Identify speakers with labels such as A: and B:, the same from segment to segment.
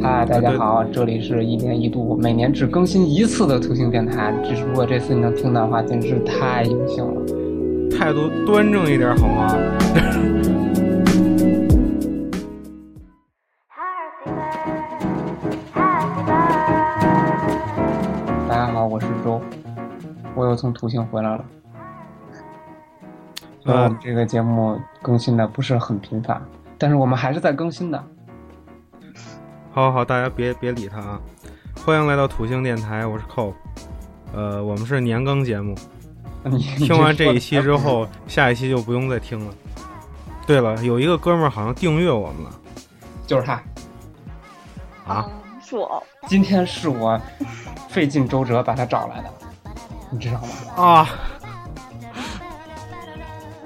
A: 嗨，啊
B: 啊
A: 大家好，这里是一年一度每年只更新一次的图形电台。这如果这次你能听到的话，简直太有幸了。
B: 态度端正一点好吗？
A: 大家好，我是周，我又从图形回来了。
B: 嗯
A: 呃，这个节目更新的不是很频繁，但是我们还是在更新的。
B: 好好好，大家别别理他啊！欢迎来到土星电台，我是 Cope。呃，我们是年更节目，
A: 你
B: 听完这一期之，后，下一期就不用再听了。对了，有一个哥们儿好像订阅我们了
A: 你这说就是他。
B: 啊！
C: 嗯，是我，
A: 今天是我费尽周折把他找来的，你知道吗？
B: 啊，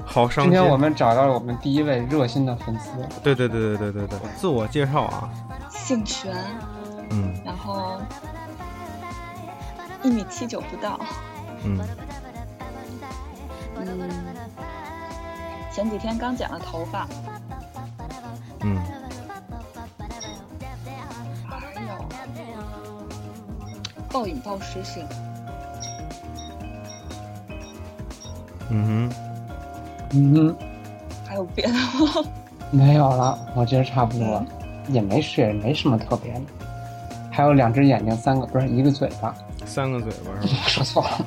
B: 好伤
A: 今
B: 心
A: 天。我们找到了我们第一位热心的粉丝，
B: 对对对对对对对，自我介绍啊，
C: 姓玄，
B: 嗯
C: 然后一米七九不到。
B: 嗯，
C: 嗯，前几天刚剪了头发，
B: 嗯，
C: 还有暴饮暴食型，
B: 嗯哼，
A: 嗯，
C: 还有别的吗？
A: 没有了，我觉得差不多了，也没事，也没什么特别的。还有两只眼睛，三个不是一个嘴巴，
B: 三个嘴巴是吧？
A: 说错了，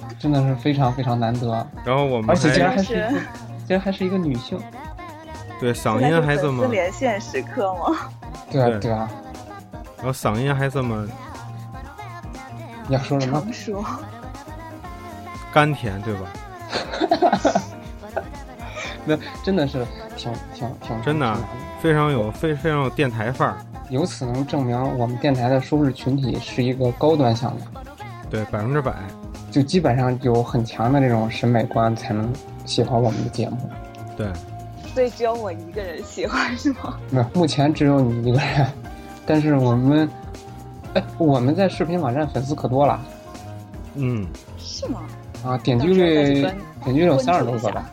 A: 真的是非常非常难得，
B: 然后我们
A: 而且
B: 还
A: 竟然
C: 加
A: 还是一个，竟然还是一个女性，
B: 对嗓音哦还这 么，
C: 连线时刻吗？
A: 对啊
B: 对
A: 对啊，
B: 然后嗓音还这么
A: 要
B: 嗯
A: 说什么？
C: 成熟，
B: 甘甜，对吧？
A: 那真的是挺挺挺
B: 真的啊
A: 挺难
B: 非常有非非常有电台范儿，
A: 由此能证明我们电台的收视群体是一个高端向的，
B: 对，百分之百。
A: 就基本上有很强的这种审美观才能喜欢我们的节目。
B: 对，
C: 所以只有我一个人喜欢是吗？
A: 那目前只有你一个人，但是我们，哎，我们在视频网站粉丝可多了
B: 嗯，
C: 是吗？
A: 啊，点击率
C: 到时候再去关
A: 点击率有三十多个吧。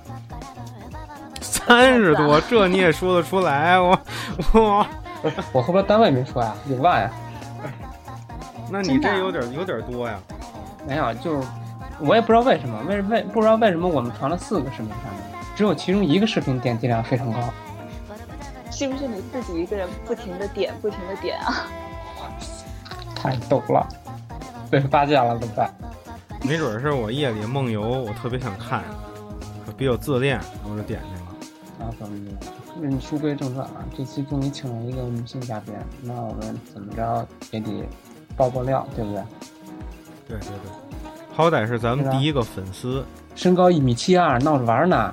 B: 三十多，这你也说得出来？我我，
A: 我后边单位没说呀，有万呀，
B: 那你这有点有点多呀。
A: 没有，就是我也不知道为什么，为为不知道为什么我们传了四个视频上面，只有其中一个视频点击量非常高。
C: 是不是你自己一个人不停的点，不停的点啊？
A: 太逗了，被发现了怎么办？
B: 没准儿是我夜里梦游，我特别想看，我比较自恋，我就点进了。
A: 啊，咱们嗯，书归正传啊，这期终于请了一个女性嘉宾，那我们怎么着也得爆爆料，对不对？
B: 对对对，好歹是咱们第一个粉丝。
A: 身高一米七二，闹着玩儿呢。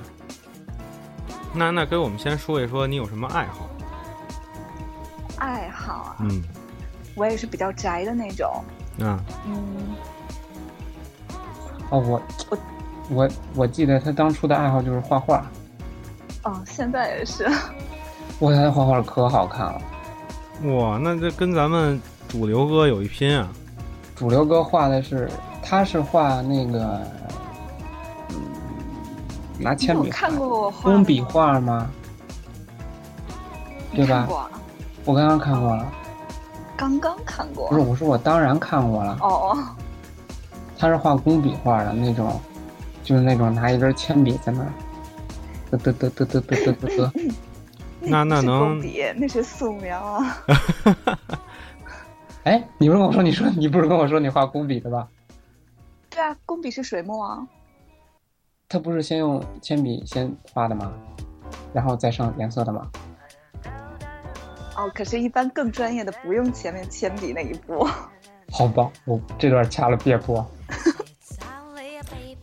B: 那那给我们先说一说你有什么爱好？
C: 爱好啊，
B: 嗯，
C: 我也是比较宅的那种。
B: 啊，
C: 嗯，
A: 哦，我
C: 我
A: 我我记得他当初的爱好就是画画，
C: 哦，现在也是。
A: 我觉得他画画可好看了。
B: 哇，那这跟咱们主流哥有一拼啊。
A: 主流哥画的是，他是画那个，嗯，拿
C: 你
A: 铅
C: 有
A: 笔画
C: 看过我画的
A: 工笔
C: 吗，
A: 画吗？
C: 你
A: 对吧
C: 看过啊
A: 我刚刚看过了，
C: 哦刚刚看过
A: 不是，。我说我当然看过了。
C: 哦，
A: 他是画工笔画的那种，就是那种拿一根铅笔在那儿，得得得得得得得得得，
B: 那那
C: 是
B: 能
C: 工笔，那是素描啊。
A: 哎，你不是跟我说你说你不是跟我说你画工笔的吧？
C: 对啊，工笔是水墨啊。
A: 他不是先用铅笔先画的吗？然后再上颜色的吗？
C: 哦，可是，一般更专业的不用前面铅笔那一步。
A: 好吧，我这段掐了别播。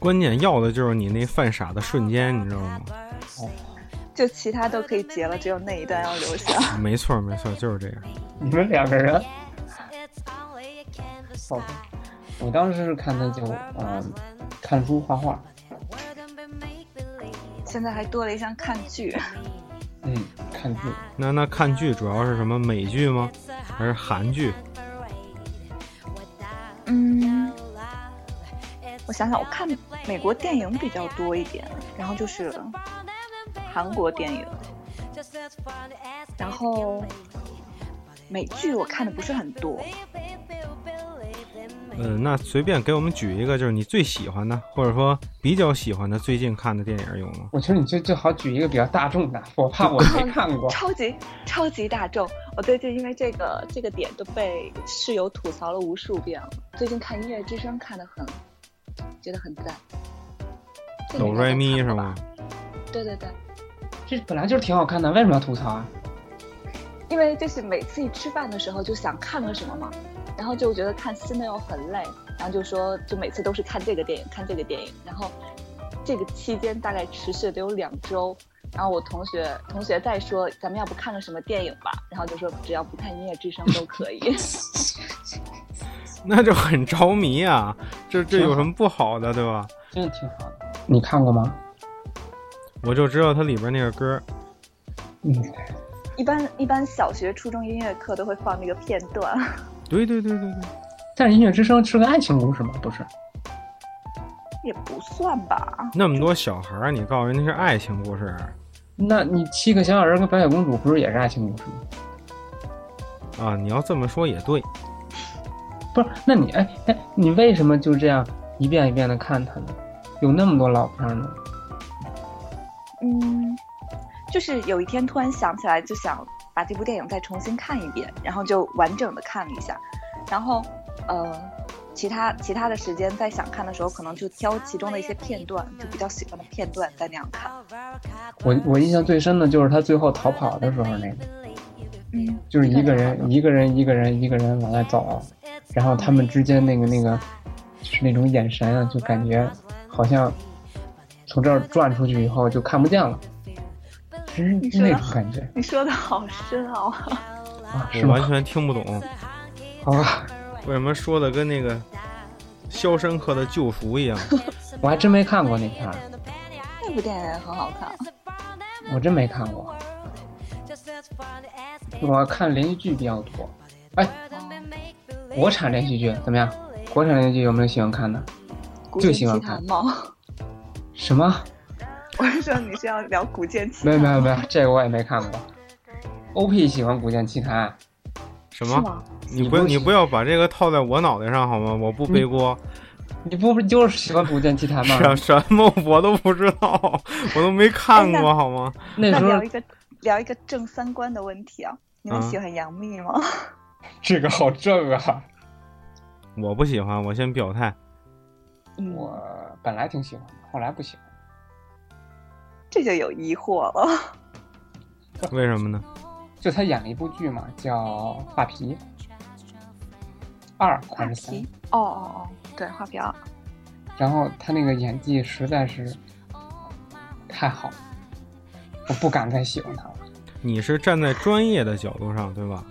B: 关键要的就是你那犯傻的瞬间，你知道吗？
C: 哦就其他都可以截了，只有那一段要留下。
B: 没错，没错，就是这样。
A: 你们两个人，好吧，我当时是看他就嗯、
C: 呃
A: 看书画画，
C: 现在还多了一项看剧，
A: 嗯，看剧
B: 那那看剧主要是什么美剧吗？还是韩剧？
C: 嗯，我想想，我看美国电影比较多一点，然后就是韩国电影，然后美剧我看的不是很多。
B: 嗯，那随便给我们举一个，就是你最喜欢的，或者说比较喜欢的最近看的电影有吗？
A: 我觉得你最最好举一个比较大众的，我怕我没看 过。
C: 超级超级大众，我最近因为这个这个点都被室友吐槽了无数遍了。最近看《音乐之声》看的很，觉得很赞。
B: 哆瑞咪是吗？
C: 对对对，
A: 这本来就是挺好看的，为什么要吐槽啊？
C: 因为就是每次一吃饭的时候就想看个什么嘛，然后就觉得看新的又很累，然后就说就每次都是看这个电影，看这个电影，然后这个期间大概持续得有两周，然后我同学同学在说咱们要不看个什么电影吧，然后就说只要不看音乐之声都可以，
B: 那就很着迷啊，这这有什么不好的对吧？
A: 真的挺好的，你看过吗？
B: 我就知道它里边那个歌，
A: 嗯，
C: 一般一般小学、初中音乐课都会放那个片段，
B: 对对对对对，
A: 但是《音乐之声》是个爱情故事吗？不是，
C: 也不算吧。
B: 那么多小孩儿，你告诉人家是爱情故事啊
A: 那你七个小矮人跟白雪公主不是也是爱情故事吗？
B: 啊？你要这么说也对，
A: 不是，那你哎哎，你为什么就这样一遍一遍的看它呢？有那么多老片儿呢？
C: 嗯，就是有一天突然想起来，就想把这部电影再重新看一遍，然后就完整的看了一下，然后呃，其他其他的时间在想看的时候，可能就挑其中的一些片段，就比较喜欢的片段再那样看。
A: 嗯我我印象最深的就是他最后逃跑的时候那个，
C: 嗯，
A: 就是一个人啊一个人一个人一个人往外走，然后他们之间那个那个就是那种眼神啊，就感觉好像从这儿转出去以后就看不见了，是
C: 你说
A: 那
C: 的
A: 种感觉
C: 你说的好深奥啊！
A: 啊，是
B: 我完
A: 吗？
B: 全听不懂
A: 啊好吧，
B: 为什么说的跟那个《肖申克的救赎》 一样。
A: 我还真没看过那片儿，
C: 那部电影也很好看，
A: 我真没看过，我看连续剧比较多。哎，国产连续剧怎么样？国产连续剧有没有喜欢看的？
C: 古
A: 最
C: 剑
A: 喜
C: 奇
A: 欢
C: 谭吗？
A: 什么？
C: 我是说你是要聊古剑奇
A: 没有
C: 谭
A: 没有没 有，这个我也没看过。OP 喜欢《古剑奇谭》，
B: 什
C: 是
B: 么？
C: 吗？
B: 你不要
A: 你不
B: 你
A: 是嗯
B: 不要把这个套在我脑袋上好吗？我不背锅，
A: 你不就是喜欢《古剑奇谭》
B: 什
A: 吗？
B: 什么 我都不知道，我都没看
C: 哎
B: 过
C: 那
B: 好吗？
A: 那
C: 那
A: 时候
C: 聊一个聊一个正三观的问题啊，你们
B: 嗯
C: 喜欢杨幂吗？
A: 这个好正啊！
B: 我不喜欢，我先表态。
C: 嗯，
A: 我本来挺喜欢的，后来不喜欢。
C: 这就有疑惑了。
B: 为什么呢？
A: 就他演了一部剧嘛，叫《画皮》二还是三
C: 皮？，哦哦哦，对，画皮二，
A: 然后他那个演技实在是太好了，我不敢再喜欢他了。
B: 你是站在专业的角度上，对吧？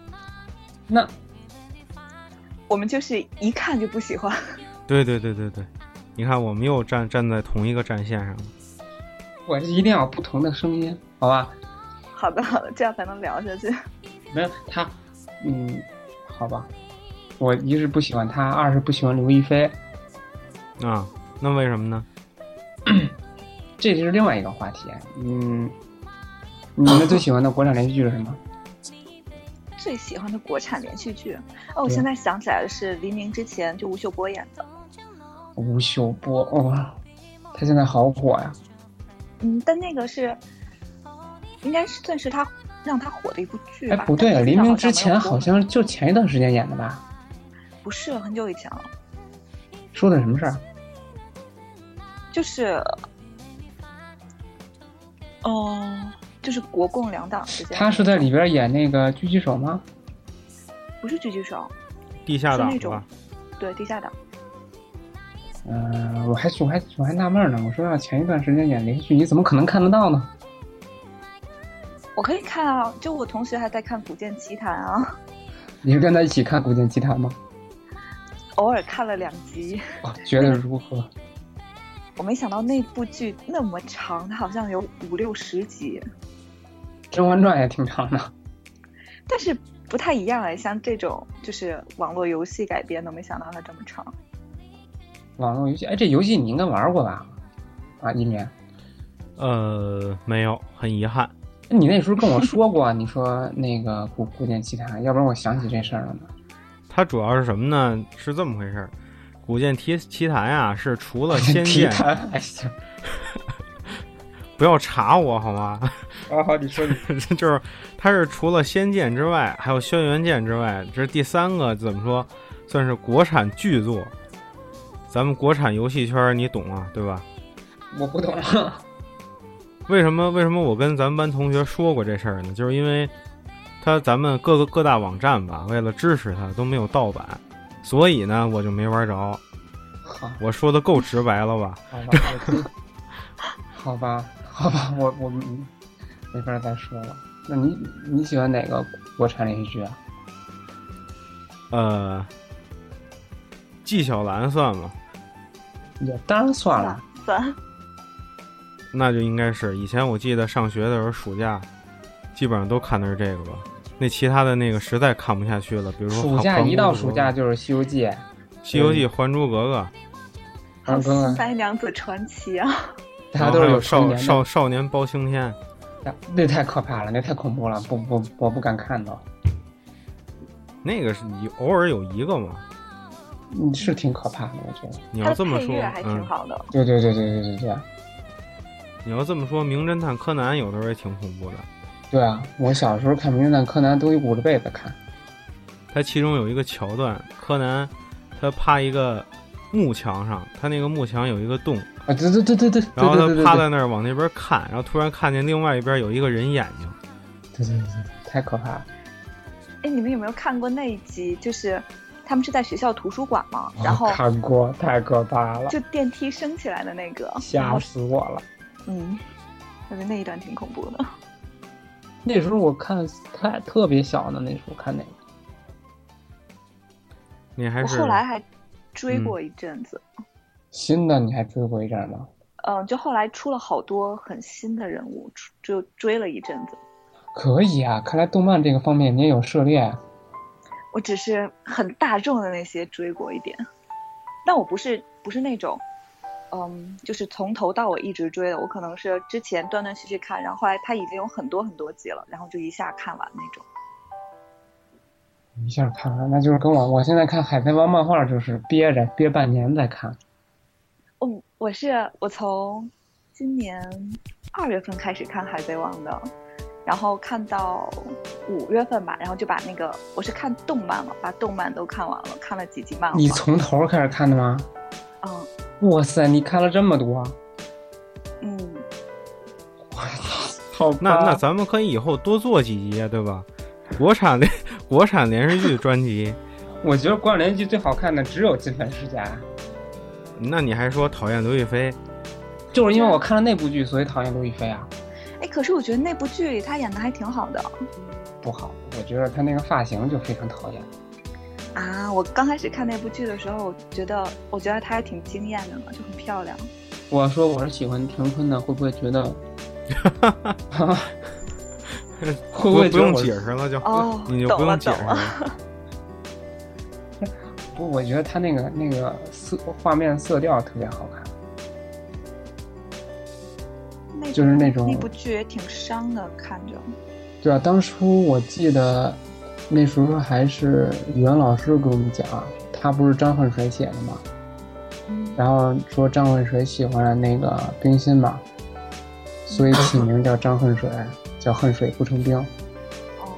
A: 那
C: 我们就是一看就不喜欢。
B: 对对对对对，你看我们又站站在同一个战线上了。
A: 我一定要有不同的声音，好吧？
C: 好的好的，这样才能聊下去。
A: 没有他，嗯，好吧，我一是不喜欢他，二是不喜欢刘亦菲，
B: 啊，那为什么呢？
A: 这是另外一个话题。嗯，你们最喜欢的国产连续剧是什么？
C: 最喜欢的国产连续剧，哦，我
A: 对
C: 现在想起来的是《黎明之前》，就吴秀波演的。
A: 吴秀波，哇，他现在好火呀！
C: 嗯，但那个是，应该是算是他让他火的一部剧
A: 哎
C: 吧。，
A: 不对啊，
C: 但是
A: 黎
C: 现在
A: 明之前
C: 好
A: 好
C: 像没有
A: 像就前一段时间演的吧？
C: 播不是很久以前了，
A: 说的什么事儿？
C: 就是，哦，就是国共两党之间。
A: 他是在里边演那个狙击手吗？
C: 不是狙击手，
B: 地下
C: 是
B: 党
C: 那种
B: 吧？
C: 对，地下党。
A: 嗯、我还我还我还纳闷呢，我说要前一段时间演连续剧，你怎么可能看得到呢？
C: 我可以看啊，就我同学还在看《古剑奇谭》啊，
A: 你是跟他一起看《古剑奇谭》吗？
C: 偶尔看了两集。
A: 哦，觉得如何？
C: 我没想到那部剧那么长，它好像有五六十集，
A: 《甄嬛传》也挺长的。
C: 但是不太一样哎，像这种就是网络游戏改编的，没想到它这么长。
A: 网络游戏，哎，这游戏你应该玩过吧？啊，一鸣，
B: 呃，没有，很遗憾。
A: 你那时候跟我说过，啊你说那个古古剑奇谭，要不然我想起这事儿了呢。
B: 它主要是什么呢？是这么回事儿，《古剑奇奇谭》啊，是除了 仙
A: 奇
B: 剑，
A: 谭还 行。
B: 不要查我好吗？
A: 啊好好，你说你
B: 就是它是除了《仙剑》之外，还有《轩辕剑》之外，这是第三个怎么说，算是国产巨作。咱们国产游戏圈儿你懂啊，对吧？
A: 我不懂。
B: 为什么为什么我跟咱们班同学说过这事儿呢？就是因为他咱们各个各大网站吧，为了支持他都没有盗版，所以呢我就没玩着。
A: 好，
B: 我说的够直白了吧？
A: 好吧，我记好吧，好吧，我我没法再说了。那你你喜欢哪个国产连续剧啊？
B: 呃，纪晓岚算吗？
A: 也当然算了
C: 了。算
B: 那就应该是以前我记得上学的时候，暑假基本上都看的是这个吧。那其他的那个实在看不下去了，比如说
A: 暑
B: 还
A: 假
B: 还
A: 一到
B: 珠格
A: 暑
B: 格
A: 假就是《西游记》，《
B: 《啊西游记》《还珠格格》，
A: 还有
C: 还有
A: 个
C: 《三娘子传奇》啊，
A: 大家
B: 然后
A: 都
B: 还
A: 是
B: 有
A: 成
B: 少
A: 年
B: 少少年包青天。
A: 的，那太可怕了，那太恐怖了，不不，我不敢看的。
B: 那个是你偶尔有一个嘛？
A: 嗯，是挺可怕的，我觉得。
B: 你
C: 它
B: 要
C: 的
B: 这么
C: 配
B: 说
C: 乐，还挺
B: 嗯，
C: 好的。
A: 对对对对对对对，
B: 你要这么说，《名侦探柯南》有的时候也挺恐怖的。
A: 对啊！我小时候看《名侦探柯南》都捂着被子看。
B: 它其中有一个桥段，柯南他趴一个木墙上，他那个木墙有一个洞，
A: 啊，对对对对对，对
B: 然后
A: 对对
B: 他
A: 对
B: 趴
A: 对
B: 在那儿往那边看，然后突然看见另外一边有一个人眼睛。
A: 对对对，太可怕了。
C: 哎，你们有没有看过那一集？就是他们是在学校图书馆嘛，
B: 哦
C: 然后
A: 我看过，太可怕了，
C: 就电梯升起来的那个，然
A: 吓
C: 后
A: 死哦我了。
C: 嗯，我觉得那一段挺恐怖的。
A: 那时候我看太特别小呢，那时候看那个。
B: 你还
C: 我
B: 是
C: 后来还追过一阵子，
A: 新的你还追过一阵儿吗？
C: 嗯、就后来出了好多很新的人物，出就追了一阵子。
A: 可以啊，看来动漫这个方面你也有涉猎啊。
C: 我只是很大众的那些追过一点，但我不是不是那种，嗯，就是从头到尾一直追的。我可能是之前断断续续看，然后后来它已经有很多很多集了，然后就一下看完那种。
A: 一下看完，那就是跟我我现在看《海贼王》漫画，就是憋着憋半年再看。
C: 嗯，我是我从今年二月份开始看《海贼王》的，然后看到五月份吧，然后就把那个我是看动漫嘛，把动漫都看完了，看了几集漫画。
A: 你从头开始看的吗？
C: 嗯
A: 哇塞，你看了这么多！
C: 嗯，
A: 我操， 好吧
C: 啊
B: 那那咱们可以以后多做几集啊，对吧？国产连 国产连续剧专辑，
A: 我觉得关联剧最好看的只有《金粉世家》，啊
B: 那你还说讨厌刘亦 菲？
A: 就是因为我看了那部剧，所以讨厌刘亦菲啊。
C: 哎，可是我觉得那部剧他演的还挺好的。
A: 不好，我觉得她那个发型就非常讨厌。
C: 啊，我刚开始看那部剧的时候，我觉得我觉得她还挺惊艳的嘛，就很漂亮。
A: 我说我是喜欢陈坤的，会不会觉得？ 啊会不
B: 不
A: 会
B: 不
A: 觉得
B: 用
A: 我
B: 解？释了就，
C: 哦
B: 你就
C: 懂
B: 不用
C: 了
B: 解
C: 懂
B: 释
C: 了
A: 不，我觉得他那个那个色画面色调特别好看。
C: 那
A: 就是那种
C: 那部剧也挺伤的，看着。
A: 对啊，当初我记得那时候还是语文老师给我们讲，他不是张恨水写的嘛，
C: 嗯，
A: 然后说张恨水喜欢那个冰心嘛，所以起名叫张恨水，叫恨水不成冰。
C: 哦，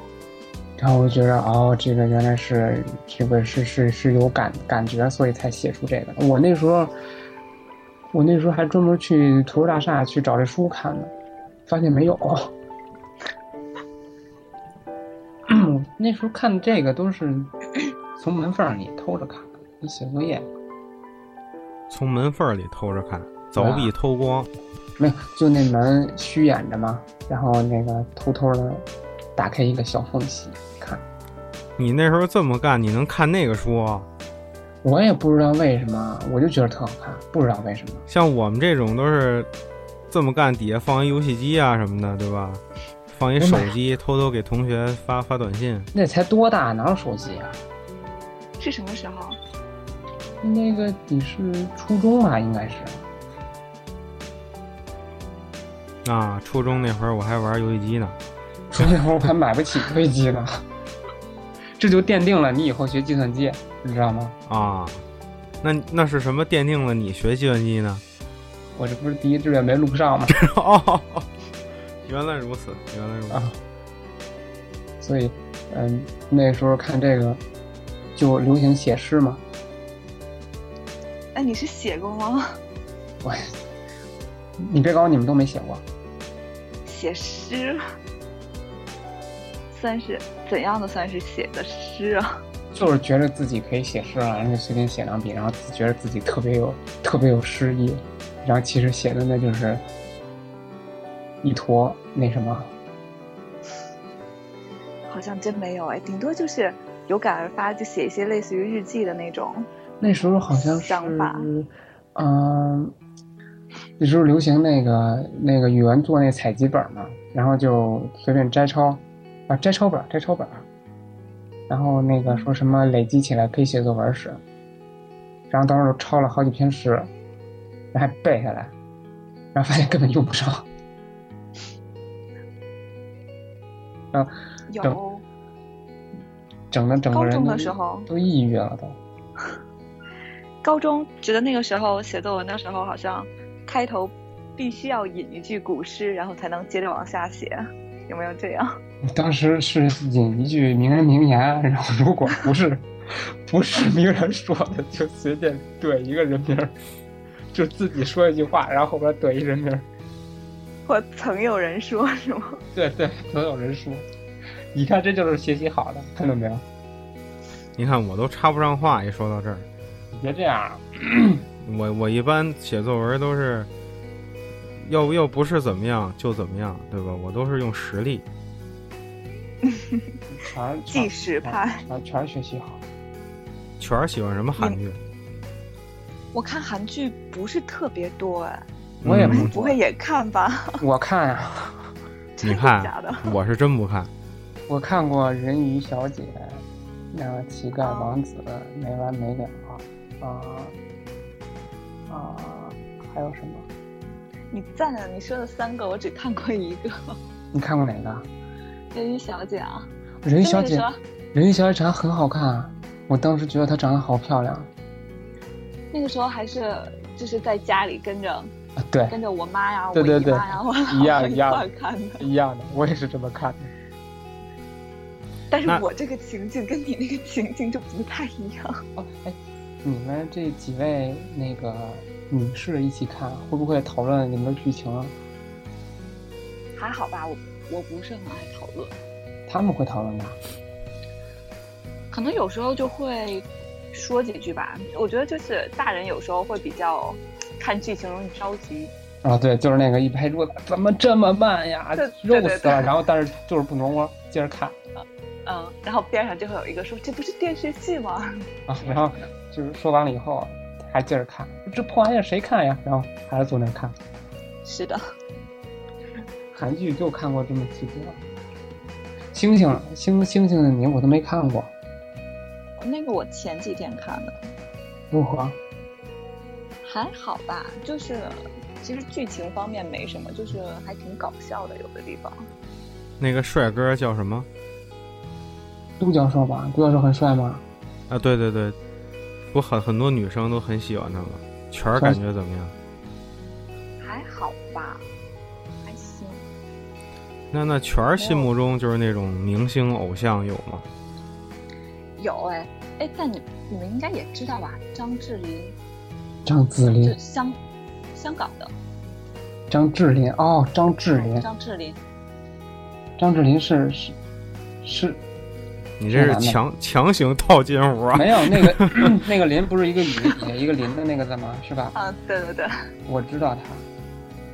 A: 然后我觉得哦，这个原来是这个是是是有感感觉，所以才写出这个。我那时候，我那时候还专门去图书大厦去找这书看呢，发现没有。 那时候看这个都是从门缝里偷着看，你写作业
B: 从门缝里偷着看，
C: 啊
B: 凿壁偷光。
A: 没有？就那门虚掩着嘛，然后那个偷偷的打开一个小缝隙看。
B: 你那时候这么干，你能看那个书？啊
A: 我也不知道为什么，我就觉得特好看，不知道为什么。
B: 像我们这种都是这么干，底下放一游戏机啊什么的，对吧？放一手机，偷偷给同学发发短信。
A: 那才多大，哪有手机啊？
C: 是什么时候？
A: 那个你是初中吧？应该是
B: 啊，初中那会儿我还玩游戏机呢。
A: 出去后还买不起游戏机呢， 这就奠定了你以后学计算机，你知道吗？
B: 啊，那那是什么奠定了你学计算机呢？
A: 我这不是第一志愿没录上吗？
B: 哦，原来如此，原来如此。
A: 啊，所以，嗯，那时候看这个就流行写诗嘛，
C: 哎，你是写过吗？
A: 我，你别搞你们都没写过，
C: 写诗，算是怎样的算是写的诗啊？
A: 就是觉得自己可以写诗了，然后就随便写两笔，然后自觉得自己特别有特别有诗意，然后其实写的那就是一坨那什么，
C: 好像真没有哎，顶多就是有感而发，就写一些类似于日记的那种。
A: 那时候好像是
C: 想法，
A: 嗯，那时候流行那个那个语文做那采集本嘛，然后就随便摘抄，啊，摘抄本，摘抄本，然后那个说什么累积起来可以写作文使，然后当时抄了好几篇诗，然后还背下来，然后发现根本用不上。
C: 有
A: 整的整个
C: 高
A: 人
C: 中
A: 都
C: 的时候，
A: 都抑郁了都。
C: 高中觉得那个时候写作文的时候，好像开头必须要引一句古诗，然后才能接着往下写，有没有这样？
A: 当时是引一句名人名言，然后如果不是不是名人说的，就随便怼一个人名儿，就自己说一句话，然后后边怼一人名儿。
C: 或曾有人说是吗？
A: 对对，总有人说。你看，这就是学习好的，看到没有？
B: 你看我都插不上话，一说到这儿，
A: 你别这样，
B: 我我一般写作文都是，要不要不是怎么样就怎么样，对吧？我都是用实力。
A: 全
C: 纪实派。
A: 全全是学习好。
B: 全儿喜欢什么韩剧？
C: 我看韩剧不是特别多哎，
A: 我也
C: 你们
B: 嗯
C: 不会也看吧？
A: 我看啊，
B: 你
C: 真的假
B: 看
C: 的？，
B: 我是真不看。
A: 我看过《人鱼小姐》，那个乞丐
C: 哦
A: 王子没完没了，啊啊，还有什么？
C: 你赞了，你说的三个我只看过一 个，《
A: 你看过哪个？
C: 人鱼小姐》啊，
A: 人鱼小姐
C: 就那个时候，
A: 人鱼小姐长得很好看啊！我当时觉得她长得好漂亮啊！
C: 那个时候还是就是在家里跟着
A: 啊对，
C: 跟着我妈呀、
A: 对对对
C: 我姨妈呀、我
A: 一
C: 姥
A: 样
C: 姥
A: 一
C: 一
A: 样
C: 块儿看的。
A: 一样的，我也是这么看的。
C: 但是
B: 那
C: 我这个情境跟你那个情境就不太一样。
A: 哦，哎，你们这几位那个女士一起看，会不会讨论里面的剧情啊？
C: 还好吧，我我不是很爱讨论，
A: 他们会讨论吧？
C: 可能有时候就会说几句吧。我觉得就是大人有时候会比较看剧情容易着急，
A: 啊，对，就是那个一拍桌子，怎么这么慢呀
C: 对，对
A: 肉
C: 对
A: 死了！
C: 对
A: 然后但是就是不挪窝，接着看
C: 嗯，然后边上就会有一个说这不是电视剧吗？
A: 啊，然后就是说完了以后还接着看，这破玩意儿谁看呀？然后还是坐那儿看。
C: 是的，
A: 韩剧就看过这么几部，星星星星星的你我都没看过，
C: 那个我前几天看的，
A: 如何？
C: 还好吧，就是其实剧情方面没什么，就是还挺搞笑的，有的地方。
B: 那个帅哥叫什么？
A: 陆教授吧，陆教授很帅吗？
B: 啊，对对对，我很很多女生都很喜欢他嘛。全儿感觉怎么样？
C: 还好吧，还行。
B: 那那全儿心目中就是那种明星偶像有吗？
C: 有哎哎，但你你们应该也知道吧？张智霖，
A: 张智
C: 就
A: 霖
C: 是，香香港的
A: 张智霖哦，张智霖，
C: 张智霖，
A: 张智霖是是是，
B: 你这是
A: 是
B: 强强行套近乎啊！
A: 没有那个 那个林不是一个雨底下一个林的那个字吗？是吧？
C: 啊，对对对，
A: 我知道他，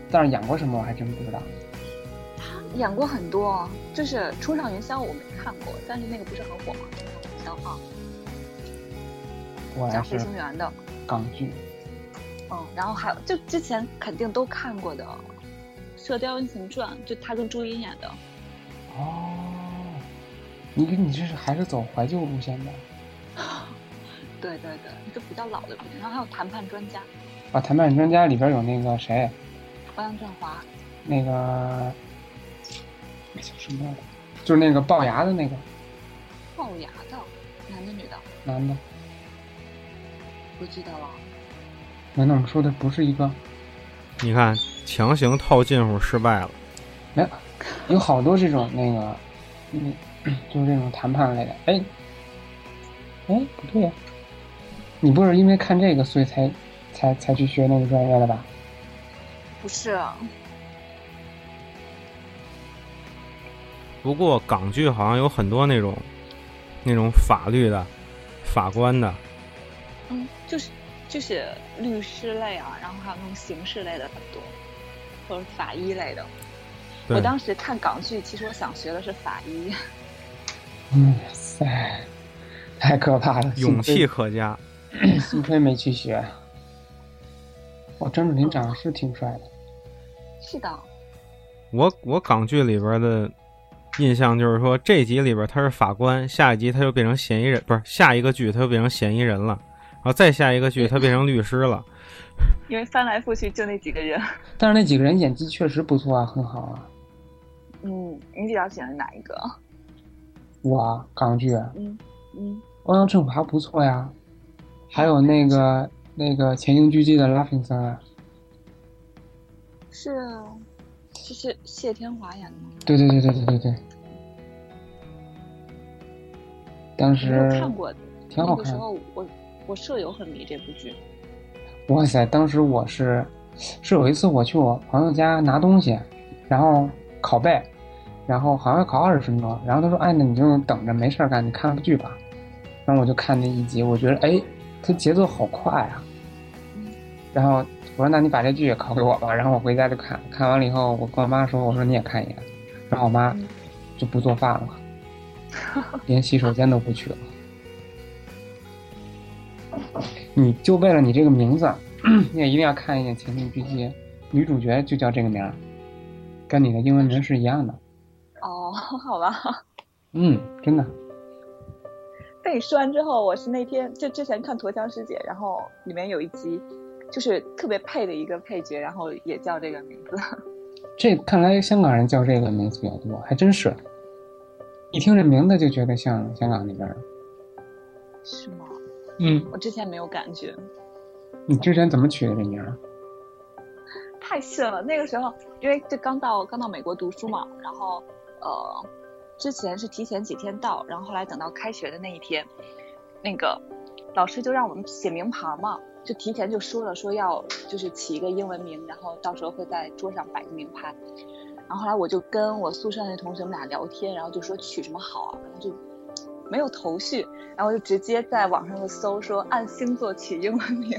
A: 但是演过什么我还真不知道。
C: 演过很多，哦，就是《冲上云霄》我没看过，但是那个不是很火吗？《冲上云霄》啊，
A: 果然
C: 讲飞
A: 是
C: 行员的，
A: 港剧，
C: 嗯，然后还有就之前肯定都看过的《射雕英雄传》，就他跟朱茵演的，
A: 哦，你你这是还是走怀旧路线的
C: 对对对，就比较老的片，然后还有《谈判专家》，
A: 啊？谈判专家里边有那个谁，
C: 欧阳震华，
A: 那个那叫什么来着？就是那个龅牙的那个
C: 龅牙的，男的女的，
A: 男的，
C: 不知道了。
A: 难道我们说的不是一个？
B: 你看，强行套近乎失败了。
A: 没有，有好多这种那个，嗯，就是这种谈判类的。哎，哎，不对呀、你不是因为看这个所以才才才去学那个专业的吧？
C: 不是，啊
B: 不过港剧好像有很多那种那种法律的、法官的，
C: 嗯，就是就是律师类啊，然后还有那种刑事类的很多，或者法医类的。
B: 对
C: 我，当时看港剧，其实我想学的是法医，
A: 嗯塞，太可怕了！幸
B: 勇
A: 亏
B: 气可嘉。
A: 幸亏没去学。哇，张智霖长得是挺帅的，
C: 是的，
B: 我我港剧里边的印象就是说，这集里边他是法官，下一集他就变成嫌疑人，不是下一个剧他就变成嫌疑人了，然后再下一个剧他变成律师了。
C: 因为翻来覆去就那几个人。
A: 但是那几个人演技确实不错啊，很好啊。
C: 嗯，你比较喜欢哪一个？
A: 哇，港剧
C: 嗯嗯，
A: 欧阳震华不错呀，还有那个那个前英狙击的拉菲森啊，
C: 是，这是谢天华演的吗？
A: 对对对对对对对，当
C: 我没有
A: 时
C: 看过，
A: 挺好
C: 那个时
A: 看。
C: 候我我舍友很迷这部剧。
A: 哇塞，当时我是是有一次我去我朋友家拿东西，然后拷贝，然后好像要拷二十分钟，然后他说：“哎，那你就等着，没事儿干，你看部剧吧。”然后我就看那一集，我觉得哎，它节奏好快啊
C: 嗯。
A: 然后我说：“那你把这剧也拷给我吧。”然后我回家就看，看完了以后，我跟我妈说：“我说你也看一眼。”然后我妈
C: 嗯
A: 就不做饭了，连洗手间都不去了。你就为了你这个名字， 你也一定要看一眼《前进狙击》，女主角就叫这个名儿，跟你的英文名是一样的。
C: 哦， 好吧。
A: 嗯，真的。
C: 被说完之后，我是那天就之前看《驼枪师姐》，然后里面有一集，就是特别配的一个配角，然后也叫这个名字。
A: 这看来香港人叫这个名字比较多，还真是。一听这名字就觉得像香港那边儿。
C: 是吗？
A: 嗯，
C: 我之前没有感觉，
A: 你之前怎么取的这名儿？
C: 太逊了。那个时候，因为就刚到刚到美国读书嘛，然后呃，之前是提前几天到，然后后来等到开学的那一天，那个老师就让我们写名牌嘛，就提前就说了，说要就是起一个英文名，然后到时候会在桌上摆个名牌。然后后来我就跟我宿舍那同学我们俩聊天，然后就说取什么好啊，然后就没有头绪，然后就直接在网上就搜说按星座取英文名，